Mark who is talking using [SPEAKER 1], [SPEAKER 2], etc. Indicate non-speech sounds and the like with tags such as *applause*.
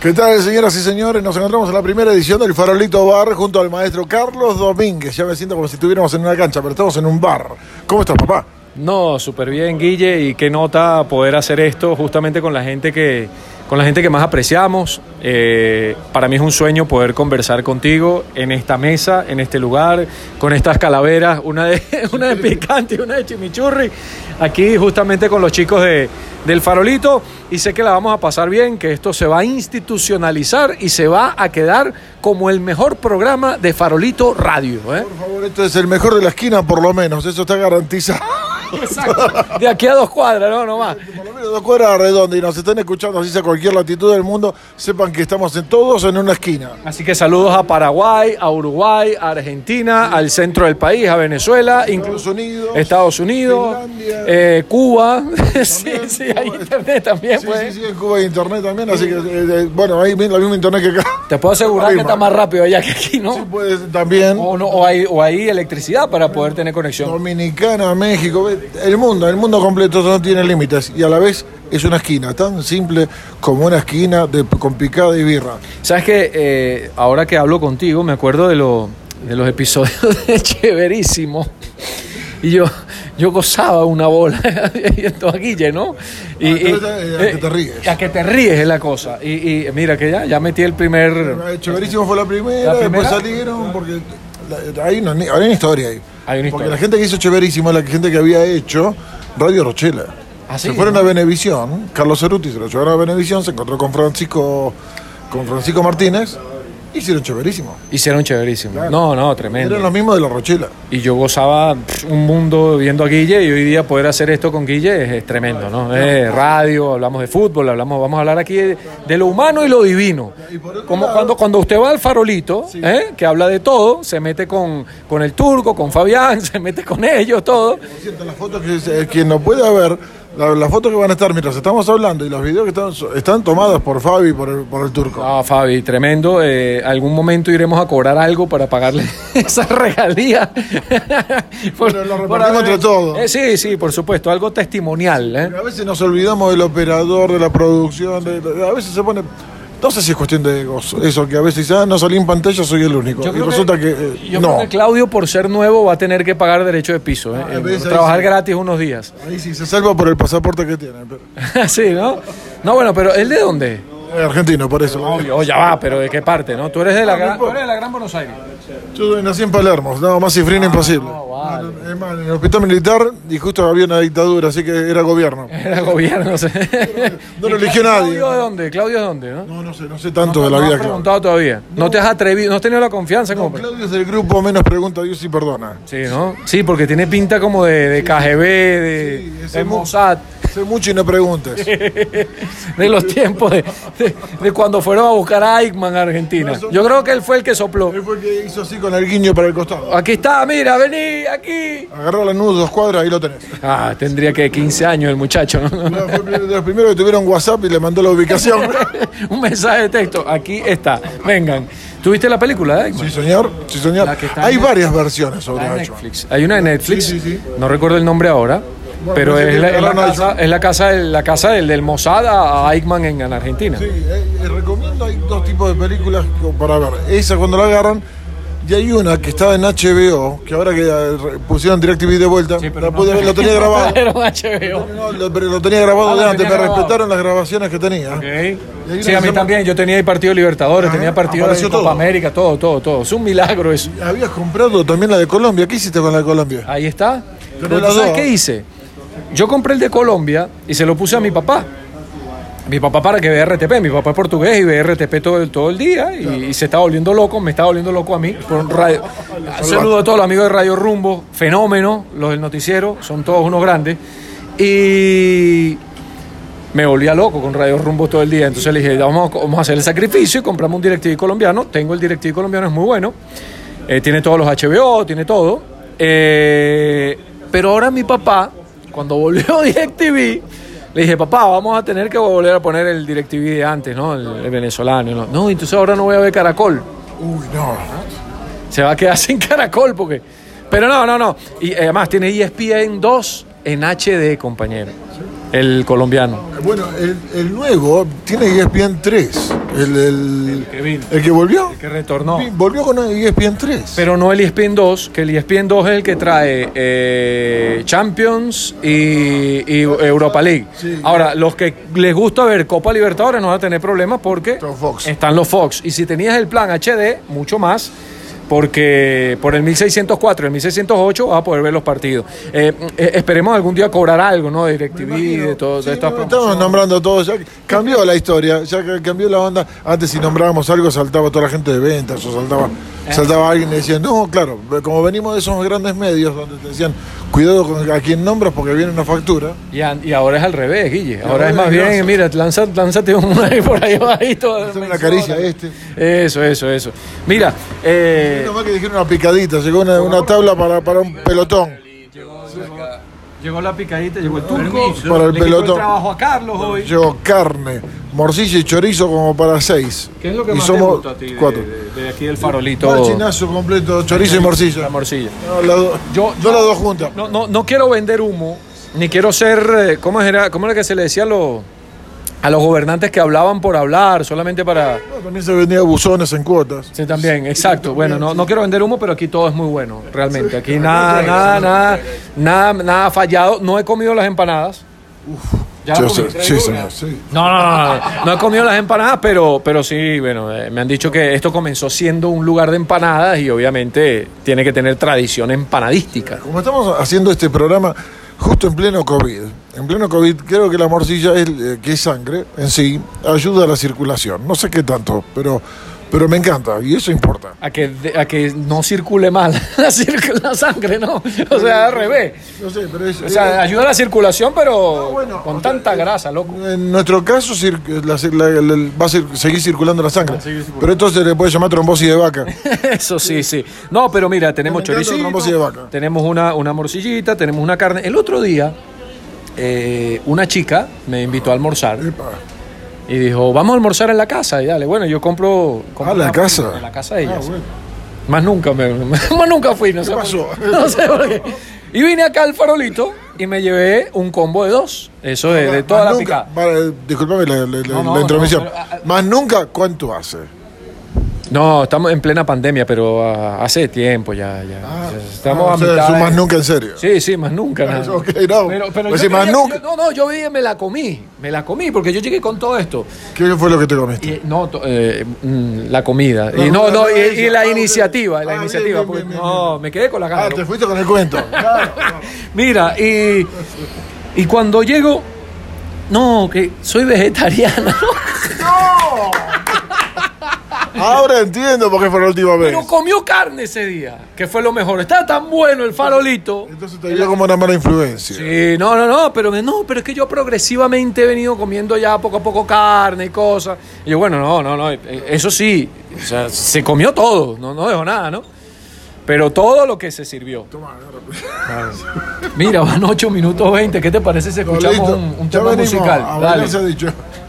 [SPEAKER 1] ¿Qué tal, señoras y señores? Nos encontramos en la primera edición del Farolito Bar junto al maestro Carlos Domínguez. Ya me siento como si estuviéramos en una cancha, pero estamos en un bar. ¿Cómo estás, papá?
[SPEAKER 2] No, súper bien, Guille, y qué nota poder hacer esto justamente con la gente que, con la gente que más apreciamos. Eh, para mí es un sueño poder conversar contigo en esta mesa, en este lugar, con estas calaveras, una de, *laughs* una de picante y una de chimichurri, aquí justamente con los chicos de, del farolito, y sé que la vamos a pasar bien, que esto se va a institucionalizar y se va a quedar como el mejor programa de Farolito Radio. ¿eh?
[SPEAKER 1] Por favor, este es el mejor de la esquina, por lo menos. Eso está garantizado.
[SPEAKER 2] Exacto. De aquí a dos cuadras, no, nomás.
[SPEAKER 1] Por lo menos dos cuadras redondas y nos están escuchando así a cualquier latitud del mundo, sepan que estamos en todos en una esquina.
[SPEAKER 2] Así que saludos a Paraguay, a Uruguay, a Argentina, al centro del país, a Venezuela,
[SPEAKER 1] Estados
[SPEAKER 2] incluso
[SPEAKER 1] Unidos.
[SPEAKER 2] Estados Unidos,
[SPEAKER 1] Finlandia.
[SPEAKER 2] eh, Cuba. *laughs* sí, sí, hay internet también,
[SPEAKER 1] Sí,
[SPEAKER 2] pues.
[SPEAKER 1] sí, sí, en Cuba hay internet también, así que, eh, eh, bueno, ahí la misma internet que acá.
[SPEAKER 2] Te puedo asegurar que
[SPEAKER 1] Arriba.
[SPEAKER 2] está más rápido allá que aquí,
[SPEAKER 1] Sí,
[SPEAKER 2] ¿no?
[SPEAKER 1] pues, también.
[SPEAKER 2] O, no, o, hay, o hay electricidad para poder tener conexión.
[SPEAKER 1] Dominicana, México, ve, el mundo, el mundo completo no tiene límites y a la vez es una esquina, tan simple como una esquina de, con picada y birra.
[SPEAKER 2] Sabes que ahora que hablo contigo me acuerdo de, lo- de los episodios *laughs* de Chéverísimo. Y yo, yo gozaba una bola *laughs* viendo a Guille, ¿no? Y,
[SPEAKER 1] Ah, entonces, eh, a que te ríes.
[SPEAKER 2] A que te ríes es la cosa. Y, y mira que ya, ya metí el primer...
[SPEAKER 1] Chéverísimo fue la primera,
[SPEAKER 2] ¿La primera?
[SPEAKER 1] después salieron porque la- hay, una, hay una historia ahí.
[SPEAKER 2] Hay una
[SPEAKER 1] Porque
[SPEAKER 2] historia.
[SPEAKER 1] la gente que hizo Chéverísimo es la gente que había hecho Radio Rochela.
[SPEAKER 2] Ah, sí,
[SPEAKER 1] se fueron
[SPEAKER 2] ¿no?
[SPEAKER 1] a Benevisión, Carlos Ceruti se lo llevaron a Benevisión, se encontró con Francisco, con Francisco Martínez, hicieron Chéverísimo.
[SPEAKER 2] Hicieron Chéverísimo. No, no,
[SPEAKER 1] Eran
[SPEAKER 2] tremendo.
[SPEAKER 1] los mismos de la Rochela.
[SPEAKER 2] Y yo gozaba pff, un mundo viendo a Guille y hoy día poder hacer esto con Guille es, es tremendo, ¿no? Eh, radio, hablamos de fútbol, hablamos, vamos a hablar aquí de, de lo humano y lo divino.
[SPEAKER 1] Y por otro
[SPEAKER 2] Como
[SPEAKER 1] lado-
[SPEAKER 2] cuando, cuando usted va al farolito, ¿eh? que habla de todo, se mete con, con el turco, con Fabián, *laughs* se mete con ellos, todo.
[SPEAKER 1] Por cierto, las fotos que se- quien no pueda ver, la- las fotos que van a estar mientras estamos hablando y los videos que están, están tomados por Fabi y por el, por el turco.
[SPEAKER 2] Ah, Fabi, tremendo. Eh, algún momento iremos a cobrar algo para pagarle *laughs* esa *laughs* regalía. Por-
[SPEAKER 1] Pero lo
[SPEAKER 2] por
[SPEAKER 1] repartimos
[SPEAKER 2] haber-
[SPEAKER 1] entre todos.
[SPEAKER 2] Eh, sí, sí, por supuesto, algo testimonial. ¿eh?
[SPEAKER 1] A veces nos olvidamos del operador, de la producción, de- de- a veces se pone... No sé si es cuestión de gozo, eso que a veces dice, ah, no salí en pantalla, soy el único.
[SPEAKER 2] Yo
[SPEAKER 1] y
[SPEAKER 2] creo
[SPEAKER 1] resulta que, eh,
[SPEAKER 2] Yo
[SPEAKER 1] no.
[SPEAKER 2] creo que Claudio, por ser nuevo, va a tener que pagar derecho de piso. ¿eh?
[SPEAKER 1] Ah,
[SPEAKER 2] Eh,
[SPEAKER 1] a veces
[SPEAKER 2] trabajar
[SPEAKER 1] sí.
[SPEAKER 2] gratis unos días. *laughs*
[SPEAKER 1] Ahí sí, se salva por el pasaporte que tiene. pero-
[SPEAKER 2] sí, ¿no? No, bueno, pero ¿él de dónde?
[SPEAKER 1] Eh, argentino, por eso.
[SPEAKER 2] Obvio, ya va, pero ¿de qué parte, no? Tú eres de la, gran,
[SPEAKER 1] Ah, importa.
[SPEAKER 2] tú eres de la gran Buenos Aires. *laughs*
[SPEAKER 1] Yo nací en Palermo, nada más cifrina imposible.
[SPEAKER 2] Ah, no, vale.
[SPEAKER 1] No, no, es más, en el hospital militar y justo había una dictadura, así que era gobierno.
[SPEAKER 2] Era gobierno, no sé.
[SPEAKER 1] No
[SPEAKER 2] ¿Y
[SPEAKER 1] lo eligió
[SPEAKER 2] Cla-
[SPEAKER 1] nadie.
[SPEAKER 2] ¿Claudio de dónde? ¿Claudio de dónde, no?
[SPEAKER 1] No, no sé, no sé tanto de la
[SPEAKER 2] no
[SPEAKER 1] vida.
[SPEAKER 2] has
[SPEAKER 1] Claudio.
[SPEAKER 2] preguntado todavía. No. te has atrevido, no has tenido la confianza como... para-
[SPEAKER 1] Claudio es del grupo menos pregunta a Dios y perdona.
[SPEAKER 2] Sí, ¿no? Sí, porque tiene pinta como de, de KGB, de,
[SPEAKER 1] Sí, ese
[SPEAKER 2] de
[SPEAKER 1] mu-
[SPEAKER 2] Mossad,
[SPEAKER 1] Sé mucho y no
[SPEAKER 2] *laughs*
[SPEAKER 1] preguntes. *laughs*
[SPEAKER 2] de los tiempos de, de- de cuando fueron a buscar a Eichmann a Argentina. Yo creo que él fue el que sopló.
[SPEAKER 1] Él fue el que hizo así con el guiño para el costado.
[SPEAKER 2] Aquí está, mira, vení, aquí.
[SPEAKER 1] Agarró la nudo dos cuadras, ahí lo
[SPEAKER 2] *laughs*
[SPEAKER 1] tenés.
[SPEAKER 2] Ah, tendría que 15 años el muchacho, ¿no? *laughs*
[SPEAKER 1] Fue de los primeros que tuvieron WhatsApp y le mandó la ubicación.
[SPEAKER 2] Un mensaje de texto, aquí está, vengan. ¿Tuviste la película eh? de
[SPEAKER 1] Sí,
[SPEAKER 2] Eichmann?
[SPEAKER 1] señor. Sí, señor.
[SPEAKER 2] La que está
[SPEAKER 1] Hay
[SPEAKER 2] en-
[SPEAKER 1] varias versiones sobre
[SPEAKER 2] Está en
[SPEAKER 1] Eichmann.
[SPEAKER 2] Netflix. Hay una de Netflix,
[SPEAKER 1] Sí, sí, sí.
[SPEAKER 2] no recuerdo el nombre ahora, pero
[SPEAKER 1] no sé
[SPEAKER 2] es
[SPEAKER 1] qué
[SPEAKER 2] la, es la
[SPEAKER 1] habrán
[SPEAKER 2] casa,
[SPEAKER 1] hecho.
[SPEAKER 2] es la casa, del- la casa del, del Mossad a a Eichmann en, en Argentina.
[SPEAKER 1] Sí, eh, eh, recomiendo, hay dos tipos de películas co- para ver. Esa cuando la agarran. Y hay una que estaba en HBO, que ahora que eh, re- pusieron DirecTV de vuelta, la pude ver, lo
[SPEAKER 2] *laughs*
[SPEAKER 1] tenía grabado.
[SPEAKER 2] Era un HBO.
[SPEAKER 1] No, lo- pero lo tenía grabado
[SPEAKER 2] Ah, lo
[SPEAKER 1] delante,
[SPEAKER 2] tenía
[SPEAKER 1] me
[SPEAKER 2] grabado.
[SPEAKER 1] respetaron las grabaciones que tenía. Y hay
[SPEAKER 2] Sí,
[SPEAKER 1] una que
[SPEAKER 2] a mí
[SPEAKER 1] se
[SPEAKER 2] también. Yo tenía el partido Libertadores,
[SPEAKER 1] Ajá,
[SPEAKER 2] tenía partido
[SPEAKER 1] Ah,
[SPEAKER 2] de
[SPEAKER 1] apareció
[SPEAKER 2] Copa
[SPEAKER 1] todo.
[SPEAKER 2] América, todo, todo, todo. Es un milagro eso.
[SPEAKER 1] llama- Habías comprado también la de Colombia. ¿Qué hiciste con la de Colombia?
[SPEAKER 2] Ahí está.
[SPEAKER 1] Pero
[SPEAKER 2] Pero
[SPEAKER 1] las
[SPEAKER 2] ¿Sabes
[SPEAKER 1] dos.
[SPEAKER 2] qué hice? Yo compré el de Colombia y se lo puse a mi papá. Mi papá para que vea RTP, mi papá es portugués y ve RTP todo el, todo el día y, y se está volviendo loco, me está volviendo loco a mí. Por radio. Saludo a todos los amigos de Radio Rumbo, fenómeno, los del noticiero, son todos unos grandes. Y me volvía loco con Radio Rumbo todo el día. Entonces le dije, vamos, a- vamos a hacer el sacrificio y compramos un DirecTV colombiano. Tengo el DirecTV colombiano, es muy bueno. Eh, tiene todos los HBO, tiene todo. Eh, pero ahora mi papá, cuando volvió DirecTV, le dije, papá, vamos a tener que volver a poner el DirecTV de antes, ¿no? El, el venezolano. ¿no? no, entonces ahora no voy a ver Caracol
[SPEAKER 1] Uy, no.
[SPEAKER 2] se va a quedar *laughs* sin caracol porque. Pero no, no, no. Y eh, además tiene E ESPN 2 en HD, compañero. El colombiano.
[SPEAKER 1] E Bueno, el, el nuevo tiene ESPN 3. El, el-
[SPEAKER 2] El que vino.
[SPEAKER 1] el que volvió.
[SPEAKER 2] que retornó.
[SPEAKER 1] Volvió con E el ESPN 3.
[SPEAKER 2] Pero no el ESPN 2, que el ESPN 2 es el que trae eh, Champions y, y Europa League.
[SPEAKER 1] Sí.
[SPEAKER 2] Ahora, los que les gusta ver Copa Libertadores no van a tener problemas porque
[SPEAKER 1] Los Fox.
[SPEAKER 2] están los Fox. Y si tenías el plan HD, mucho más. Porque por el 1604, el 1608 vas a poder ver los partidos. Eh, eh, esperemos algún día cobrar algo, ¿no? De DirecTV, de todo,
[SPEAKER 1] Sí,
[SPEAKER 2] de estas
[SPEAKER 1] no,
[SPEAKER 2] promociones.
[SPEAKER 1] estamos nombrando todo. Ya cambió la historia, ya que cambió la onda. Antes, si nombrábamos algo, saltaba toda la gente de ventas o saltaba,
[SPEAKER 2] Eh.
[SPEAKER 1] saltaba alguien y decía, no, claro, como venimos de esos grandes medios donde te decían, cuidado con a quien nombras porque viene una factura.
[SPEAKER 2] Y, an- y ahora es al revés, Guille.
[SPEAKER 1] ahora
[SPEAKER 2] Ahora es más
[SPEAKER 1] es
[SPEAKER 2] bien,
[SPEAKER 1] grasa.
[SPEAKER 2] mira, lanza- lánzate un *laughs* ahí por ahí bajito.
[SPEAKER 1] Hacer una caricia a este.
[SPEAKER 2] Eso, eso, eso. Mira, eh,
[SPEAKER 1] Menos mal que dijeron una picadita, llegó una, una tabla para, para un pelotón.
[SPEAKER 2] llegó la picadita, llegó el turco.
[SPEAKER 3] Permiso.
[SPEAKER 1] Para el
[SPEAKER 2] le quitó
[SPEAKER 1] pelotón.
[SPEAKER 2] trabajo a Carlos hoy.
[SPEAKER 1] Llegó carne, morcilla y chorizo como para seis.
[SPEAKER 2] ¿Qué es lo que
[SPEAKER 1] y
[SPEAKER 2] más te
[SPEAKER 1] somos
[SPEAKER 2] gusta a ti de,
[SPEAKER 1] cuatro.
[SPEAKER 2] de- de aquí del farolito?
[SPEAKER 1] Machinazo completo, chorizo y
[SPEAKER 2] La
[SPEAKER 1] morcilla.
[SPEAKER 2] morcilla.
[SPEAKER 1] No, las dos-
[SPEAKER 2] Yo-
[SPEAKER 1] no las dos juntas.
[SPEAKER 2] No, no, no quiero vender humo, ni quiero ser, eh, ¿cómo era, cómo era que se le decía a los, a los gobernantes que hablaban por hablar, solamente para...
[SPEAKER 1] No, también se vendía buzones en cuotas.
[SPEAKER 2] Sí, también, exacto. Bueno, no, no quiero vender humo, pero aquí todo es muy bueno, realmente. Aquí nada, nada, nada, nada, nada ha fallado. No he comido las empanadas. Ya
[SPEAKER 1] Sí,
[SPEAKER 2] comí.
[SPEAKER 1] sí, sí, señor, sí.
[SPEAKER 2] No, no, no, no, no he comido las empanadas, pero, pero sí, bueno, eh, me han dicho que esto comenzó siendo un lugar de empanadas y obviamente tiene que tener tradición empanadística.
[SPEAKER 1] Como estamos haciendo este programa justo en pleno COVID, en pleno COVID creo que la morcilla, es, eh, que es sangre en sí, ayuda a la circulación. No sé qué tanto, pero, pero me encanta y eso importa.
[SPEAKER 2] A que, de- a que no circule mal *laughs* la, cir- la sangre, ¿no? O sea, al revés.
[SPEAKER 1] No sé, pero es...
[SPEAKER 2] O sea,
[SPEAKER 1] eh,
[SPEAKER 2] ayuda a la circulación, pero
[SPEAKER 1] No, bueno,
[SPEAKER 2] con
[SPEAKER 1] o sea,
[SPEAKER 2] tanta
[SPEAKER 1] eh,
[SPEAKER 2] grasa, loco. *laughs*
[SPEAKER 1] en nuestro caso cir- la- la- la- va a cir- seguir circulando la sangre, pero esto se le puede llamar trombosis de
[SPEAKER 2] *laughs*
[SPEAKER 1] vaca.
[SPEAKER 2] Eso sí, sí. No, pero mira, tenemos
[SPEAKER 1] Comentando
[SPEAKER 2] choricito,
[SPEAKER 1] trombosis de vaca.
[SPEAKER 2] tenemos una, una morcillita, tenemos una carne. El otro día, eh, una chica me invitó a almorzar
[SPEAKER 1] Epa.
[SPEAKER 2] y dijo, vamos a almorzar en la casa. Y dale, bueno, yo compro... compro
[SPEAKER 1] Ah, ¿la
[SPEAKER 2] una-
[SPEAKER 1] casa?
[SPEAKER 2] En la casa de ella.
[SPEAKER 1] Ah,
[SPEAKER 2] sí.
[SPEAKER 1] bueno.
[SPEAKER 2] Más nunca, me- *laughs* más nunca fui. No
[SPEAKER 1] ¿Qué
[SPEAKER 2] sé por
[SPEAKER 1] pasó?
[SPEAKER 2] qué. No sé por qué. Y vine acá al farolito y me llevé un combo de dos. Eso de, de toda
[SPEAKER 1] Más
[SPEAKER 2] la
[SPEAKER 1] nunca-
[SPEAKER 2] picada.
[SPEAKER 1] para- eh, disculpame la, la- la-
[SPEAKER 2] No, no,
[SPEAKER 1] la intromisión.
[SPEAKER 2] no, pero, ah, ah.
[SPEAKER 1] Más nunca, ¿cuánto hace?
[SPEAKER 2] No, estamos en plena pandemia, pero ah, hace tiempo ya. ya. Ya estamos
[SPEAKER 1] Ah,
[SPEAKER 2] a
[SPEAKER 1] o sea,
[SPEAKER 2] mitad
[SPEAKER 1] es un
[SPEAKER 2] de-
[SPEAKER 1] más nunca en serio.
[SPEAKER 2] Sí, sí, más nunca. nada.
[SPEAKER 1] Ok, no.
[SPEAKER 2] Pero, pero
[SPEAKER 1] Pues
[SPEAKER 2] yo
[SPEAKER 1] sí, más
[SPEAKER 2] creía-
[SPEAKER 1] nunca.
[SPEAKER 2] yo- no, no, yo vi, me la comí, me la comí, porque yo llegué con todo esto.
[SPEAKER 1] ¿Qué fue lo que te comiste?
[SPEAKER 2] Y, no, to- eh, mm, la comida.
[SPEAKER 1] No,
[SPEAKER 2] y no,
[SPEAKER 1] la
[SPEAKER 2] no, y,
[SPEAKER 1] comida.
[SPEAKER 2] y la
[SPEAKER 1] Ah,
[SPEAKER 2] iniciativa,
[SPEAKER 1] ok.
[SPEAKER 2] la
[SPEAKER 1] Ah, bien,
[SPEAKER 2] iniciativa.
[SPEAKER 1] bien,
[SPEAKER 2] porque-
[SPEAKER 1] bien, bien,
[SPEAKER 2] no, me quedé con la
[SPEAKER 1] Ah,
[SPEAKER 2] ganas.
[SPEAKER 1] te fuiste con el
[SPEAKER 2] *laughs*
[SPEAKER 1] cuento. Claro.
[SPEAKER 2] Mira, y, y cuando llego, no, que soy *laughs* vegetariana.
[SPEAKER 1] Ahora entiendo por qué fue la última vez.
[SPEAKER 2] Pero comió carne ese día, que fue lo mejor. Estaba tan bueno el farolito.
[SPEAKER 1] Entonces te dio como una mala influencia.
[SPEAKER 2] Sí, no, no, no, pero me- no, pero es que yo progresivamente he venido comiendo ya poco a poco carne y cosas. Y yo, bueno, no, no, no, eh, eso sí, o sea, se comió todo, no, no dejó nada, ¿no? Pero todo lo que se sirvió.
[SPEAKER 1] Toma, pues. agarra.
[SPEAKER 2] Mira, van 8 minutos 20, ¿qué te parece si escuchamos
[SPEAKER 1] Listo.
[SPEAKER 2] un, un
[SPEAKER 1] Ya
[SPEAKER 2] tema
[SPEAKER 1] venimos
[SPEAKER 2] musical?
[SPEAKER 1] a
[SPEAKER 2] Dale.
[SPEAKER 1] bailar, se ha dicho.